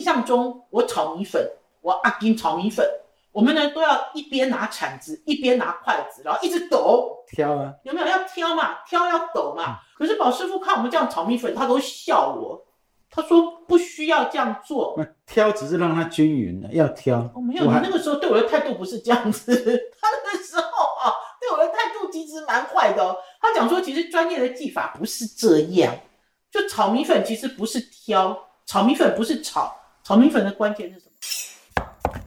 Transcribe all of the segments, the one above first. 象中，我炒米粉，我阿金炒米粉，我们呢都要一边拿铲子，一边拿筷子，然后一直抖，挑啊，有没有？要挑嘛，挑要抖嗯嘛。可是宝师傅看我们这样炒米粉，他都笑我，他说不需要这样做。那挑只是让它均匀的，要挑。哦，没有，我你还那个时候对我的态度不是这样子， 他那个时候啊，对我的态度其实蛮坏的哦。他讲说，其实专业的技法不是这样，就炒米粉其实不是挑，炒米粉不是炒，炒米粉的关键是什么？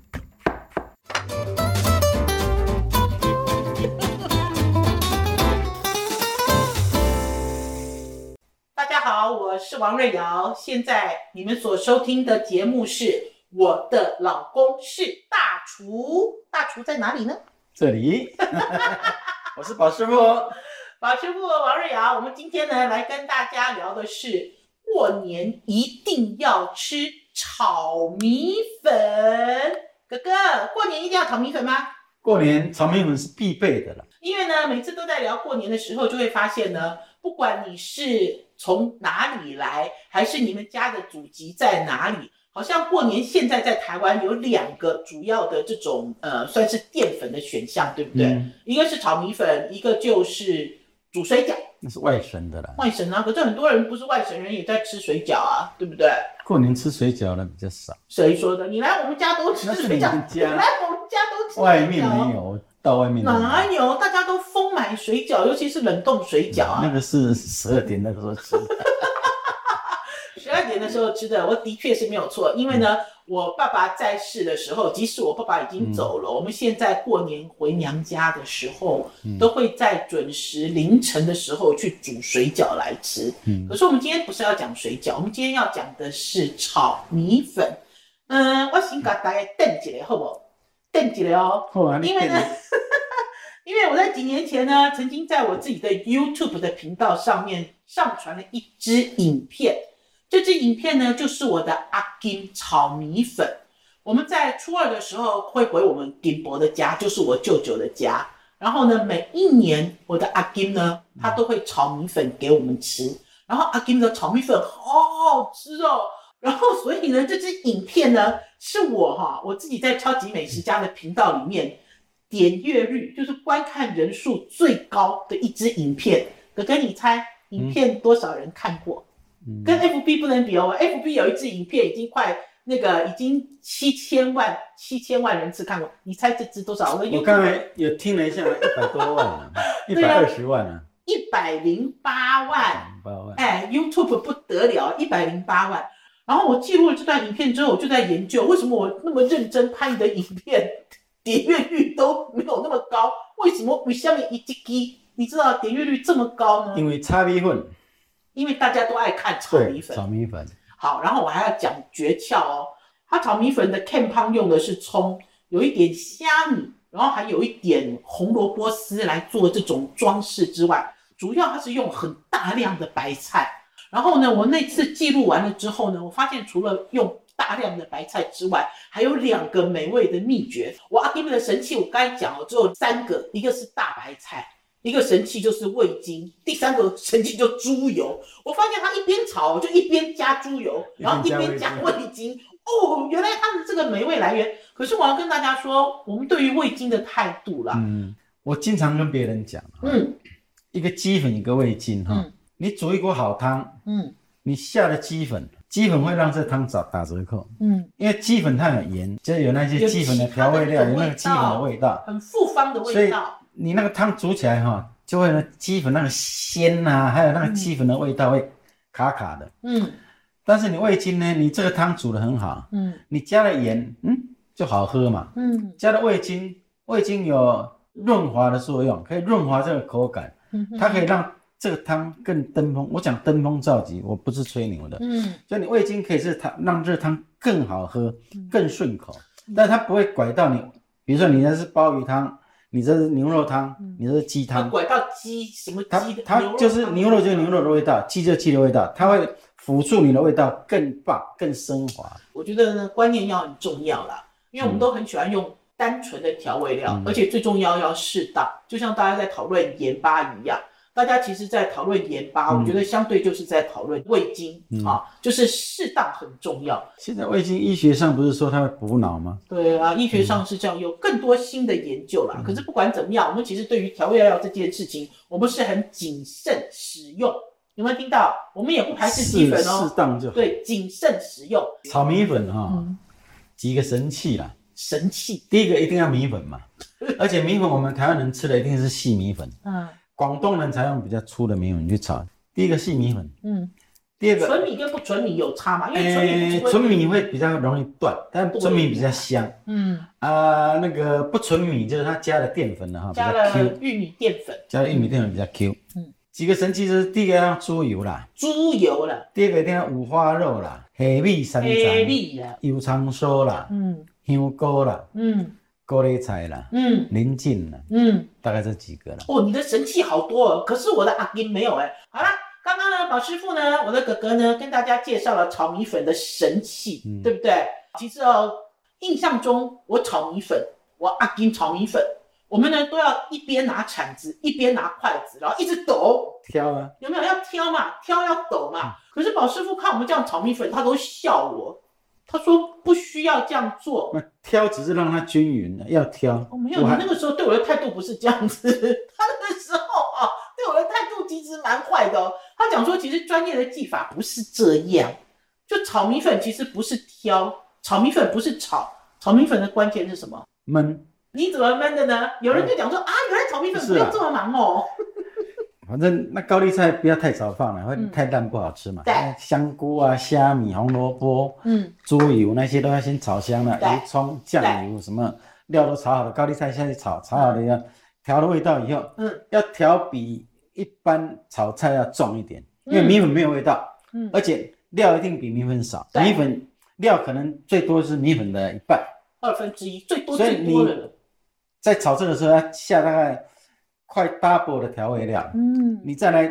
大家好，我是王瑞瑶。现在你们所收听的节目是《我的老公是大厨》，大厨在哪里呢？这里，我是宝师傅。哦宝师傅王瑞瑶，我们今天呢来跟大家聊的是过年一定要吃炒米粉。哥哥，过年一定要炒米粉吗？过年炒米粉是必备的了，因为呢，每次都在聊过年的时候，就会发现呢，不管你是从哪里来，还是你们家的祖籍在哪里，好像过年现在在台湾有两个主要的这种呃，算是淀粉的选项，对不对？嗯，一个是炒米粉，一个就是煮水饺。那是外省的了。外省啊，可是很多人不是外省人也在吃水饺啊，对不对？过年吃水饺的比较少，谁说的？你来我们家都吃那是水你饺，们你家来我们家都吃水饺。外面没有，我到外面啊哪的。有？大家都疯买水饺，尤其是冷冻水饺啊。那个是十二点那个时候吃 的，十二点的时候吃的，我的确是没有错，因为呢，嗯我爸爸在世的时候，即使我爸爸已经走了，我们现在过年回娘家的时候，嗯都会在准时凌晨的时候去煮水饺来吃。嗯可，是我们今天不是要讲水饺，我们今天要讲的是炒米粉。嗯，我先给大家瞪起来，好不好？瞪起来哦。后来因为呢， 因为我在几年前呢，曾经在我自己的 YouTube 的频道上面上传了一支影片，这支影片呢就是我的阿金炒米粉。我们在初二的时候会回我们金伯的家，就是我舅舅的家。然后呢，每一年我的阿金呢，他都会炒米粉给我们吃。然后阿金的炒米粉好好吃哦。然后所以呢，这支影片呢，是我哈、我自己在超级美食家的频道里面点阅率，就是观看人数最高的一支影片。哥哥，你猜影片多少人看过？嗯跟 FB 不能比哦，FB 有一支影片已经快那个已经七千万七千万人次看过，你猜这支多少？我我刚才有听了一下，一百多万啊，一对百啊二十万啊，一百零八万。八万。哎，YouTube 不得了，一百零八万。然后我记录了这段影片之后，我就在研究为什么我那么认真拍你的影片，点阅率都没有那么高，为什么为下面一滴滴，你知道点阅率这么高呢？因为炒米粉，因为大家都爱看炒米对，粉。炒米粉，好，然后我还要讲诀窍哦。它炒米粉的 can 汤用的是葱，有一点虾米，然后还有一点红萝卜丝来做这种装饰之外，主要它是用很大量的白菜。然后呢，我那次记录完了之后呢，我发现除了用大量的白菜之外，还有两个美味的秘诀。我阿弟们的神器，我刚才讲了，只有三个，一个是大白菜，一个神器就是味精，第三个神器就猪油。我发现他一边炒，我就一边加猪油，然后一边加味精。哦，原来它的这个美味来源。可是我要跟大家说，我们对于味精的态度啦，嗯，我经常跟别人讲，啊嗯一个鸡粉一个味精哈嗯，你煮一锅好汤，嗯你下了鸡粉，鸡粉会让这汤打打折扣，嗯，因为鸡粉它有盐，就是有那些有鸡粉的其他调的味料，那有种那个味鸡粉的道味道，很复方的所味以道。你那个汤煮起来哈，就会呢鸡粉那个鲜呐、还有那个嗯鸡粉的味道会卡卡的。嗯但是你味精呢，你这个汤煮的很好，嗯你加了盐，嗯，就好喝嘛。嗯加了味精，味精有润滑的作用，可以润滑这个口感，嗯，它可以让这个汤更登峰。我讲登峰造极，我不是吹牛的，嗯所以你味精可以是它让这汤更好喝嗯、更顺口，但它不会拐到你。比如说你那是鲍鱼汤，你这是牛肉汤嗯，你这是鸡它汤，拐到鸡什么它鸡的它牛就是牛肉就是牛肉的味道，鸡就鸡的味道，它会辅助你的味道更棒、更升华。我觉得呢，观念要很重要啦，因为我们嗯都很喜欢用单纯的调味料，嗯而且最重要要适当。就像大家在讨论盐巴一样，大家其实在讨论盐巴，嗯我觉得相对就是在讨论味精、嗯啊，就是适当很重要。现在味精医学上不是说它会补脑吗？对啊，医学上是这样，有更多新的研究啦。可是不管怎么样，我们其实对于调味料这件事情，我们是很谨慎使用。有没有听到？我们也不排斥适鸡粉适哦，当就好。对，谨慎使用。炒米粉哈、嗯，几个神器啦。神器。第一个一定要米粉嘛，而且米粉我们台湾人吃的一定是细米粉，嗯广东人才用比较粗的米粉去炒。第一个细米粉，嗯，第二个纯米跟不纯米有差嘛？因为纯米诶不会纯米会比较容易断，但纯米比较香嗯，啊、那个不纯米就是它加了淀粉啊了哈，嗯比加较 Q，了玉米淀粉、加了玉米淀粉比较 Q。嗯嗯，几个神器就是第一个要猪油啦，猪油了、第二个一定要五花肉啦，黑米三章、黑粒了，油葱酥啦、嗯香菇啦、嗯高丽菜啦、嗯林近啦，嗯。大概这几个啦。哦，你的神器好多哦，可是我的阿金没有哎。好啦，刚刚呢，宝师傅呢，我的哥哥呢，跟大家介绍了炒米粉的神器，嗯对不对？其实哦，印象中我炒米粉，我阿金炒米粉，我们呢都要一边拿铲子，一边拿筷子，然后一直抖，挑啊，有没有？要挑嘛，挑要抖嗯嘛。可是宝师傅看我们这样炒米粉，他都笑我，他说不需要这样做。那挑只是让它均匀的，要挑。哦，没有，我你还那个时候对我的态度不是这样子。 他那个时候啊，对我的态度其实蛮坏的哦。他讲说，其实专业的技法不是这样，就炒米粉其实不是挑，炒米粉不是炒，炒米粉的关键是什么？焖，你怎么闷的呢？有人就讲说、啊，原来炒米粉不嗯是啊用这么忙哦。反正那高丽菜不要太早放了，会嗯太烂不好吃嘛。对香菇啊、虾米、红萝卜、嗯，猪油那些都要先炒香了，对油葱、酱油什么料都炒好了，高丽菜下去炒，炒好了要调了味道以后，嗯，要调比一般炒菜要重一点，因为嗯米粉没有味道，嗯而且料一定比米粉少，对米粉料可能最多是米粉的一半，二分之一，最多所以最多你了。在炒这个时候要下大概快 double 的调味料，嗯你再来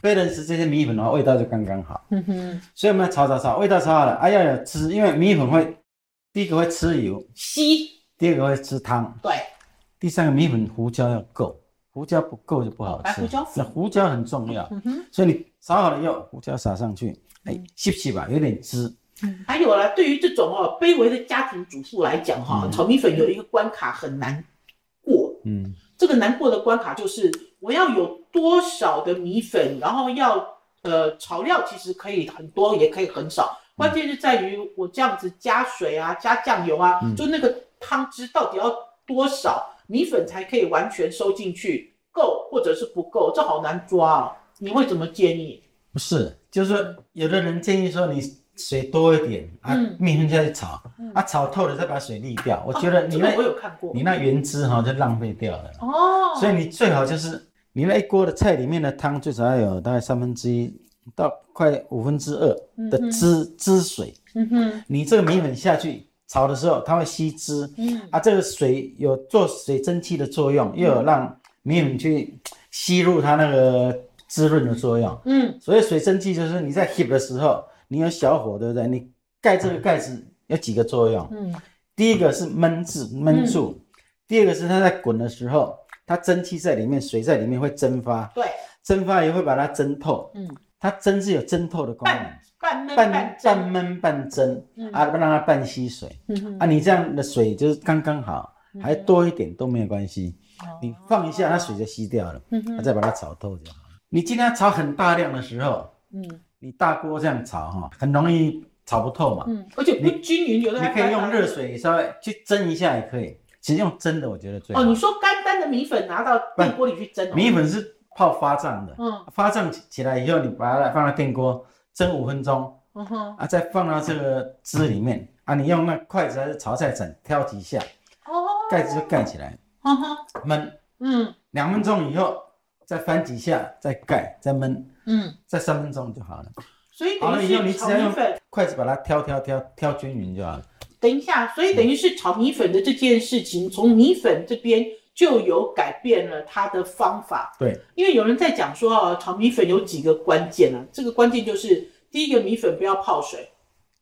balance 这些米粉的话，味道就刚刚好。嗯哼，所以我们要炒炒炒，味道炒好了，啊要有汁，因为米粉会第一个会吃油，吸第二个会吃汤，对，第三个米粉胡椒要够，胡椒不够就不好哦吃。白胡椒粉那胡椒很重要，嗯哼。所以你炒好了以后，胡椒撒上去，哎，吸吸吧，有点汁。嗯还有啦，对于这种哦卑微的家庭主妇来讲哈、嗯炒米粉有一个关卡很难过，嗯，这个难过的关卡就是我要有多少的米粉，然后要呃炒料，其实可以很多，也可以很少，嗯关键是在于我这样子加水啊，加酱油啊，嗯就那个汤汁到底要多少米粉才可以完全收进去，够或者是不够，这好难抓哦。你会怎么建议？不是，就是说有的人建议说你水多一点啊嗯，米粉下去炒嗯哦啊，炒透了再把水沥掉。我觉得这你个那我有看过你那原汁哈就浪费掉了，哦，所以以你最好就是你那一锅的菜里面的汤最少要有大概三分之一到快五分之二的汁汁水。嗯哼，你这个米粉下去炒的时候，它会吸汁嗯啊，这个水有做水蒸气的作用，又有让米粉去吸入它那个滋润的作用。嗯所以水蒸气就是你在 heat 的时候，你有小火，对不对？你盖这个盖子有几个作用？嗯第一个是闷制闷住，第二个是它在滚的时候，它蒸汽在里面，水在里面会蒸发，对，蒸发也会把它蒸透。嗯，它蒸是有蒸透的功能，半闷半半蒸，闷半蒸嗯啊，让它半吸水嗯哼，啊。你这样的水就是刚刚好，嗯还多一点都没有关系。你放一下，它水就吸掉了，嗯啊哼，再把它炒透就好了。你今天要炒很大量的时候，嗯你大锅这样炒哈，很容易炒不透嘛。嗯，而且不均匀，有的你还可以用白白热水稍微去蒸一下也可以，其实用蒸的我觉得最好。哦，你说干干的米粉拿到电锅里去蒸、哦，米粉是泡发胀的，嗯，发胀起起来以后，你把它放到电锅蒸五分钟嗯哼，啊，再放到这个汁里面啊，你用那筷子还是炒菜铲挑几下，哦，盖子就盖起来，嗯哼，焖嗯两分钟以后再翻几下，再盖再焖，嗯，再三分钟就好了。所以好等了于以后你是只炒要米用粉，筷子把它挑挑挑挑均匀就好了。等一下，所以等于是炒米粉的这件事情，从米粉这边就有改变了它的方法，对，因为有人在讲说哦，炒米粉有几个关键啊，这个关键就是第一个，米粉不要泡水。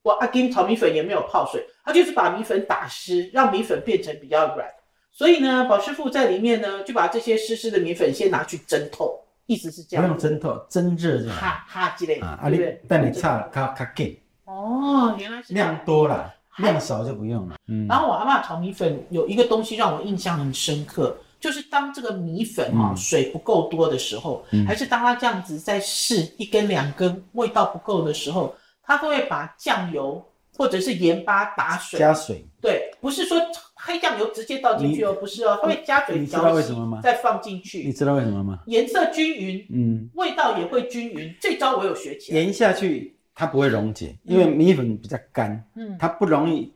我阿金炒米粉也没有泡水，它就是把米粉打湿，让米粉变成比较软。所以呢，宝师傅在里面呢就把这些湿湿的米粉先拿去蒸透，意思是这不样用。蒸透，蒸热就好。哈哈之类的啊，啊对你不对？但你差卡卡紧，哦，原来是这样量。多了，还量少就不用了。嗯然后我阿嬷炒米粉有一个东西让我印象很深刻，就是当这个米粉啊、嗯水不够多的时候，还是当它这样子在试一根两根味道不够的时候，它都会把酱油或者是盐巴打水。加水，对，不是说黑酱油直接倒进去哦，不是哦，它会加水你知调道为什么吗再放进你去，知道为什么吗？颜色均匀，嗯，味道也会均匀。这招我有学起来。盐下去它不会溶解，因为米粉比较干，嗯它不容易。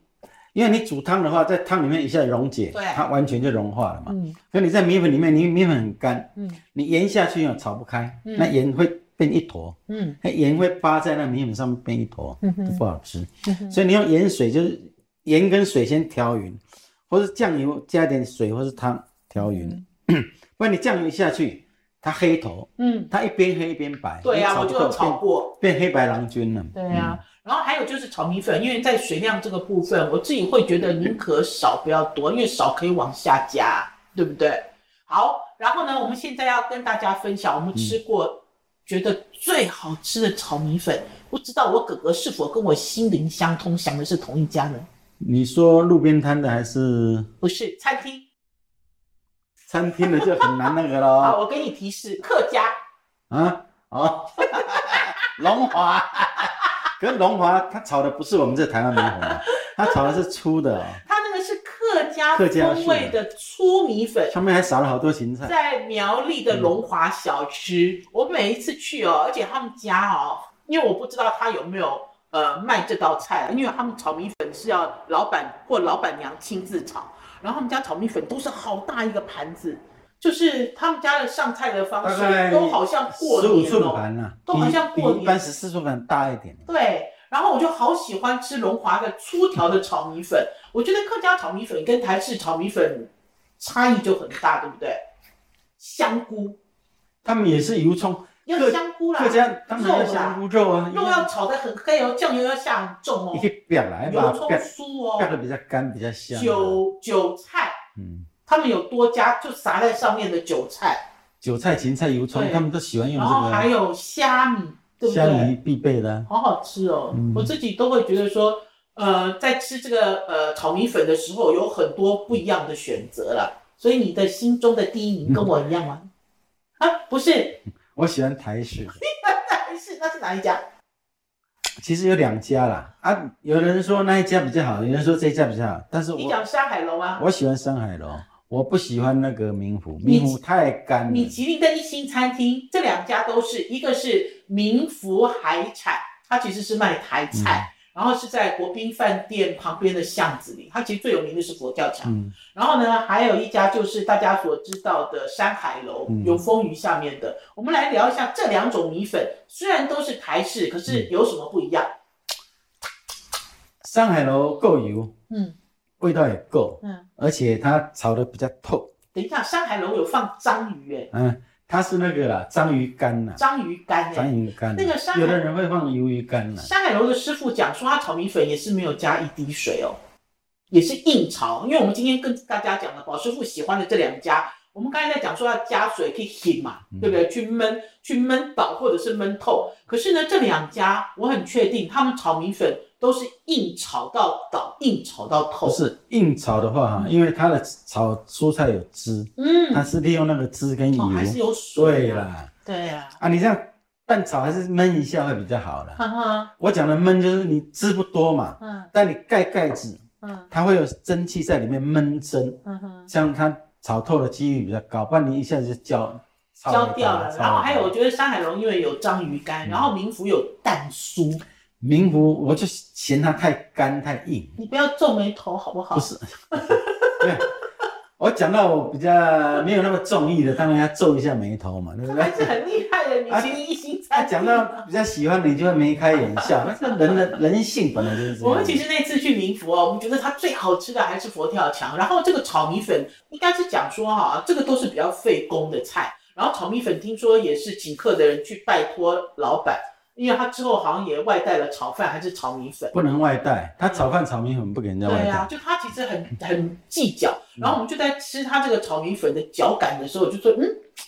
因为你煮汤的话，在汤里面一下溶解，对它完全就融化了嘛。嗯可你在米粉里面，你米粉很干，嗯你盐下去又炒不开，嗯那盐会变一坨，嗯那盐会扒在那米粉上面变一坨，嗯哼就不好吃。嗯哼所以你用盐水，就是盐跟水先调匀，或是酱油加点水或是汤调匀，不然你酱油下去，它黑头，嗯，它一边黑一边白，对呀、你我不就透有炒过。变变黑白郎君了。嗯对啊呀、然后还有就是炒米粉，因为在水量这个部分，我自己会觉得宁可少不要多，因为少可以往下加，对不对？好，然后呢，我们现在要跟大家分享嗯我们吃过觉得最好吃的炒米粉。不知道我哥哥是否跟我心灵相通，想的是同一家人？你说路边摊的还是不是餐厅餐厅的就很难那 个啊，咯。我给你提示，客家啊，哦， 龙华，可是龙华它炒的不是我们这台湾米粉啊，它炒的是粗的、哦，它那个是客家客家风味是的粗米粉，上面还撒了好多芹菜。在苗栗的龙华小吃，我每一次去哦，而且他们家哦，因为我不知道他有没有呃卖这道菜，因为他们炒米粉是要老板或老板娘亲自炒，然后他们家炒米粉都是好大一个盘子，就是他们家的上菜的方大概式都好像过十五年寸哦，盘啦，都好像比过比年一般十四寸盘大一点。对。然后我就好喜欢吃龙华的粗条的炒米粉，我觉得客家炒米粉跟台式炒米粉差异就很大，对不对？香菇，他们也是油葱，要香菇啦，客家当然要肉啦香菇肉啊，肉要炒得很黑哦，酱油要下很重一哦个，煸来油吧，葱煸酥煸的哦，比较干，比较香。，啊韭韭菜，嗯，他们有多加就撒在上面的韭菜，韭菜、芹菜、油葱对，他们都喜欢用然这后个还啊，有虾米，对不香对？鱼必备的啊。好好吃哦，嗯我自己都会觉得说，呃，在吃这个呃炒米粉的时候，有很多不一样的选择了。所以你的心中的第一名跟我一样吗？ 啊，不是， 我喜欢台式的，那是那是哪一家？其实有两家啦啊，有人说那一家比较好，有人说这一家比较好，但是你我讲山海楼啊吗？我喜欢山海楼，我不喜欢那个明湖，米明湖太干米了。其林跟一星餐厅这两家都是，一个是民福海产，它其实是卖台嗯菜，然后是在国宾饭店旁边的巷子里，它其实最有名的是佛跳墙。嗯，然后呢，还有一家就是大家所知道的山海楼，嗯永丰鱼下面的。我们来聊一下这两种米粉，虽然都是台式，可嗯是有什么不一样？山海楼够油，嗯味道也够，嗯，而且它炒的比较透。等一下，山海楼有放章鱼、诶，嗯，它是那个啦，章鱼干呐，章鱼干、诶。章鱼干呐。那个上海有的人会放鱿鱼干呐。山海楼的师傅讲说，他炒米粉也是没有加一滴水哦，也是硬炒。因为我们今天跟大家讲了，宝师傅喜欢的这两家，我们刚才在讲说要加水可以醒嘛，嗯对不对？去焖，去焖饱或者是焖透。可是呢，这两家我很确定，他们炒米粉都是硬炒到倒，硬炒到透。不，是硬炒的话哈，因为它的炒蔬菜有汁，它嗯，是利用那个汁跟油哦，。还是有水、对啊。啦，对呀、啊，你这样蛋炒还是焖一下会比较好啦。哈哈，我讲的焖就是你汁不多嘛，嗯但你盖盖子，嗯它会有蒸汽在里面焖蒸，嗯哼，这样它炒透的几率比较高，不然你一下子就焦焦掉了。然后还有，我就觉得山海楼因为有章鱼干，嗯然后民福有蛋酥。明湖，我就嫌它太干太硬。你不要皱眉头好不好？不是，对，我讲到我比较没有那么中意的，当然要皱一下眉头嘛，对不他对还？是很厉害的，米啊其林一星 他餐厅讲到比较喜欢你，就会眉开眼笑。那这人的人性本来就是这样。我们其实那次去民福哦，我们觉得它最好吃的还是佛跳墙，然后这个炒米粉应该是讲说哈、这个都是比较费工的菜，然后炒米粉听说也是请客的人去拜托老板，因为他之后好像也外带了炒饭还是炒米粉。不能外带，他炒饭炒米粉不给人家外对啊呀、带。嗯就他其实很很计较，然后我们就在吃他这个炒米粉的嚼感的时候，我就说，嗯，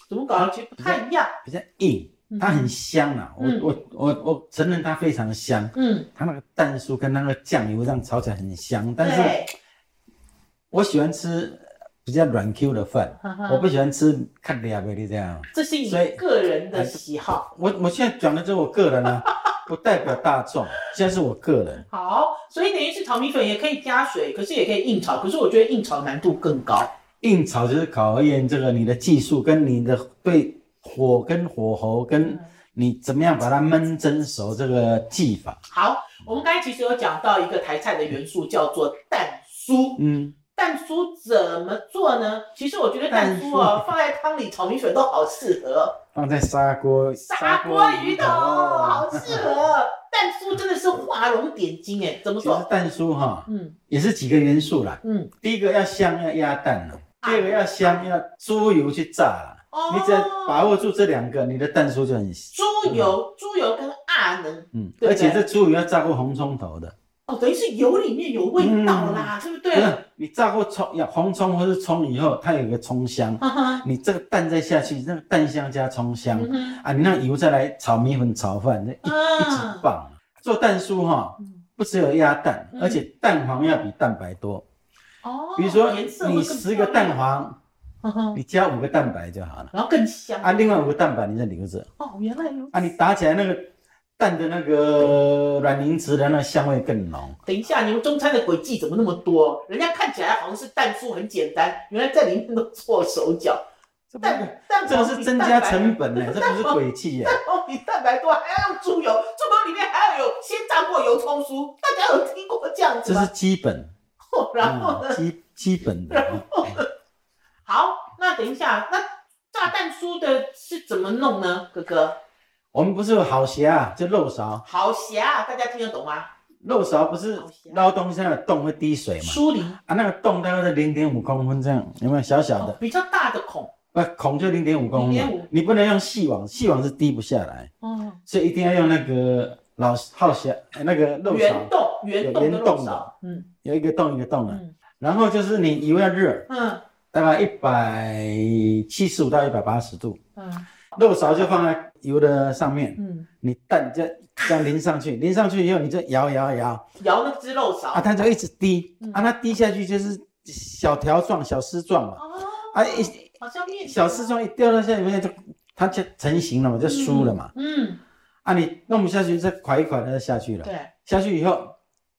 怎么搞的，其实不太一样。比较硬，它很香啊！我嗯我我我承认它非常香，嗯，它那个蛋酥跟那个酱油这样炒起来很香，但是对，我喜欢吃比较软 Q 的饭，哈哈我不喜欢吃看俩的这样。这是你所以个人的喜好。我我现在讲的就是我个人啊， 不代表大众，现在是我个人。好，所以等于是炒米粉也可以加水，可是也可以硬炒，可是我觉得硬炒难度更高。硬炒就是考验这个你的技术跟你的对火跟火候跟你怎么样把它焖蒸熟这个技法。好，我们刚才其实有讲到一个台菜的元素叫做蛋酥，嗯，蛋酥怎么做呢？其实我觉得蛋酥哦，放在汤里炒米粉都好适合。放在砂锅砂锅鱼头，好适 合。蛋酥真的是画龙点睛哎，怎么其实说？蛋酥哈、嗯也是几个元素啦。嗯，第一个要香要鸭蛋了，啊第二个要香要猪油去炸啦。哦，你只要把握住这两个，你的蛋酥就很香。猪油，猪油跟阿能嗯，对而不对且这猪油要炸过红葱头的，哦，等于是油里面有味道啦，对不对不？是你炸过葱要红葱或是葱以后，它有一个葱香， 哈哈，你这个蛋再下去，那个蛋香加葱香嗯哼啊，你那油再来炒米粉炒饭，这一一起啊，棒。做蛋酥哈嗯，不只有鸭蛋，嗯而且蛋黄要比蛋白多。哦，比如说颜色会你更十个蛋黄，漂亮，哈哈你加五个蛋白就好了。然后更香啊，另外五个蛋白你再留着。哦，原来如此。啊，你打起来那个蛋的那个软凝脂的那香味更浓。等一下，你们中餐的诡计怎么那么多？人家看起来好像是蛋酥很简单，原来在里面都做手脚。这不是蛋蛋这个黄是比增蛋加白成本 呢，这不是诡啊计呀。蛋黄比蛋白多，还要用猪油，猪油里面还要有先炸过油葱酥，大家有听过这样子这吗是？基本， 然后嗯呢？基基本的。哦好，那等一下，那炸弹酥的是怎么弄呢？哥哥，我们不是有好虾啊，就漏勺，好侠，大家听得懂吗？漏勺不是好啊虾捞东西那个洞会滴水嘛？疏离、啊，那个洞大概在零点五公分这样，有没有小小哦的？比较大的孔，不，孔就零点五公分嘛0.5，你不能用细网，细网是滴不下来，哦，所以一定要用那个老好虾，哎那个漏勺圆，洞，圆洞的有圆漏洞的勺，嗯有一个洞一个洞的。啊嗯然后就是你油要热，嗯大概一百七十五到一百八十度，嗯肉勺就放在油的上面，嗯，你蛋就这样淋上去，淋上去以后你就摇摇摇摇那只漏勺啊，，它就一直滴嗯啊，它滴下去就是小条状、小丝状嘛哦，啊，一好像面小丝状一掉到下里面就它就成型了嘛，就酥了嘛嗯，啊，你弄不下去再垮一垮它就下去了，对，下去以后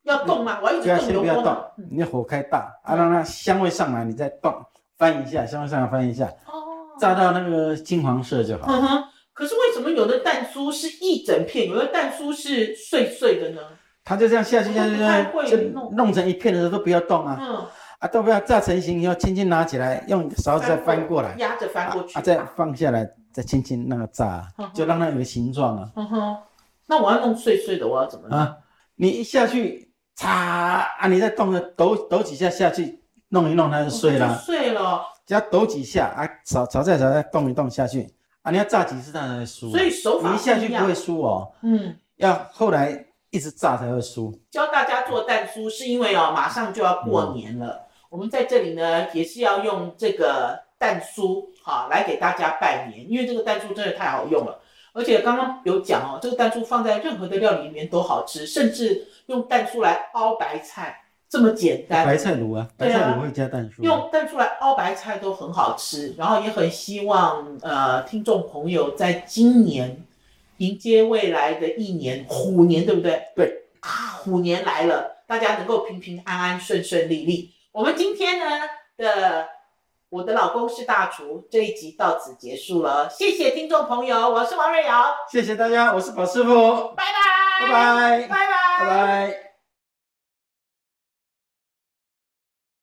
要动吗？我要一就要直动先油不要锅动吗，？嗯你火开大啊，让它香味上来，你再动翻一下，香味上来翻一下。哦炸到那个金黄色就好嗯了。哼，可是为什么有的蛋酥是一整片，有的蛋酥是碎碎的呢？它就这样下去下去下不太会去，就弄弄成一片的时候都不要动啊，嗯，啊都不要炸成型以后，轻轻拿起来，用勺子再翻过来，压着翻过去。啊啊再放下来，再轻轻那个炸嗯哼，就让它有个形状啊嗯哼，那我要弄碎碎的，我要怎么弄？啊！你一下去，嚓啊，你再动了抖抖几下下去，弄一弄它就碎哦就了，碎了，只要抖几下啊，炒炒菜炒菜动一动下去啊，你要炸几次它才会酥啊，所以手法你一下去不一不样会酥哦，嗯，要后来一直炸才会酥。教大家做蛋酥是因为哦，马上就要过年嗯了，我们在这里呢也是要用这个蛋酥哈来给大家拜年，因为这个蛋酥真的太好用了。而且刚刚有讲哦，这个蛋酥放在任何的料理里面都好吃，甚至用蛋酥来熬白菜，这么简单。白菜卤啊，白对啊菜卤会加蛋酥。用蛋出来熬白菜都很好吃，然后也很希望呃听众朋友在今年迎接未来的一年虎年，对不对？对啊，虎年来了，大家能够平平安安、顺顺利利。我们今天呢的我的老公是大厨这一集到此结束了，谢谢听众朋友，我是王瑞瑶，谢谢大家，我是宝师傅，拜拜，拜拜拜，拜拜拜。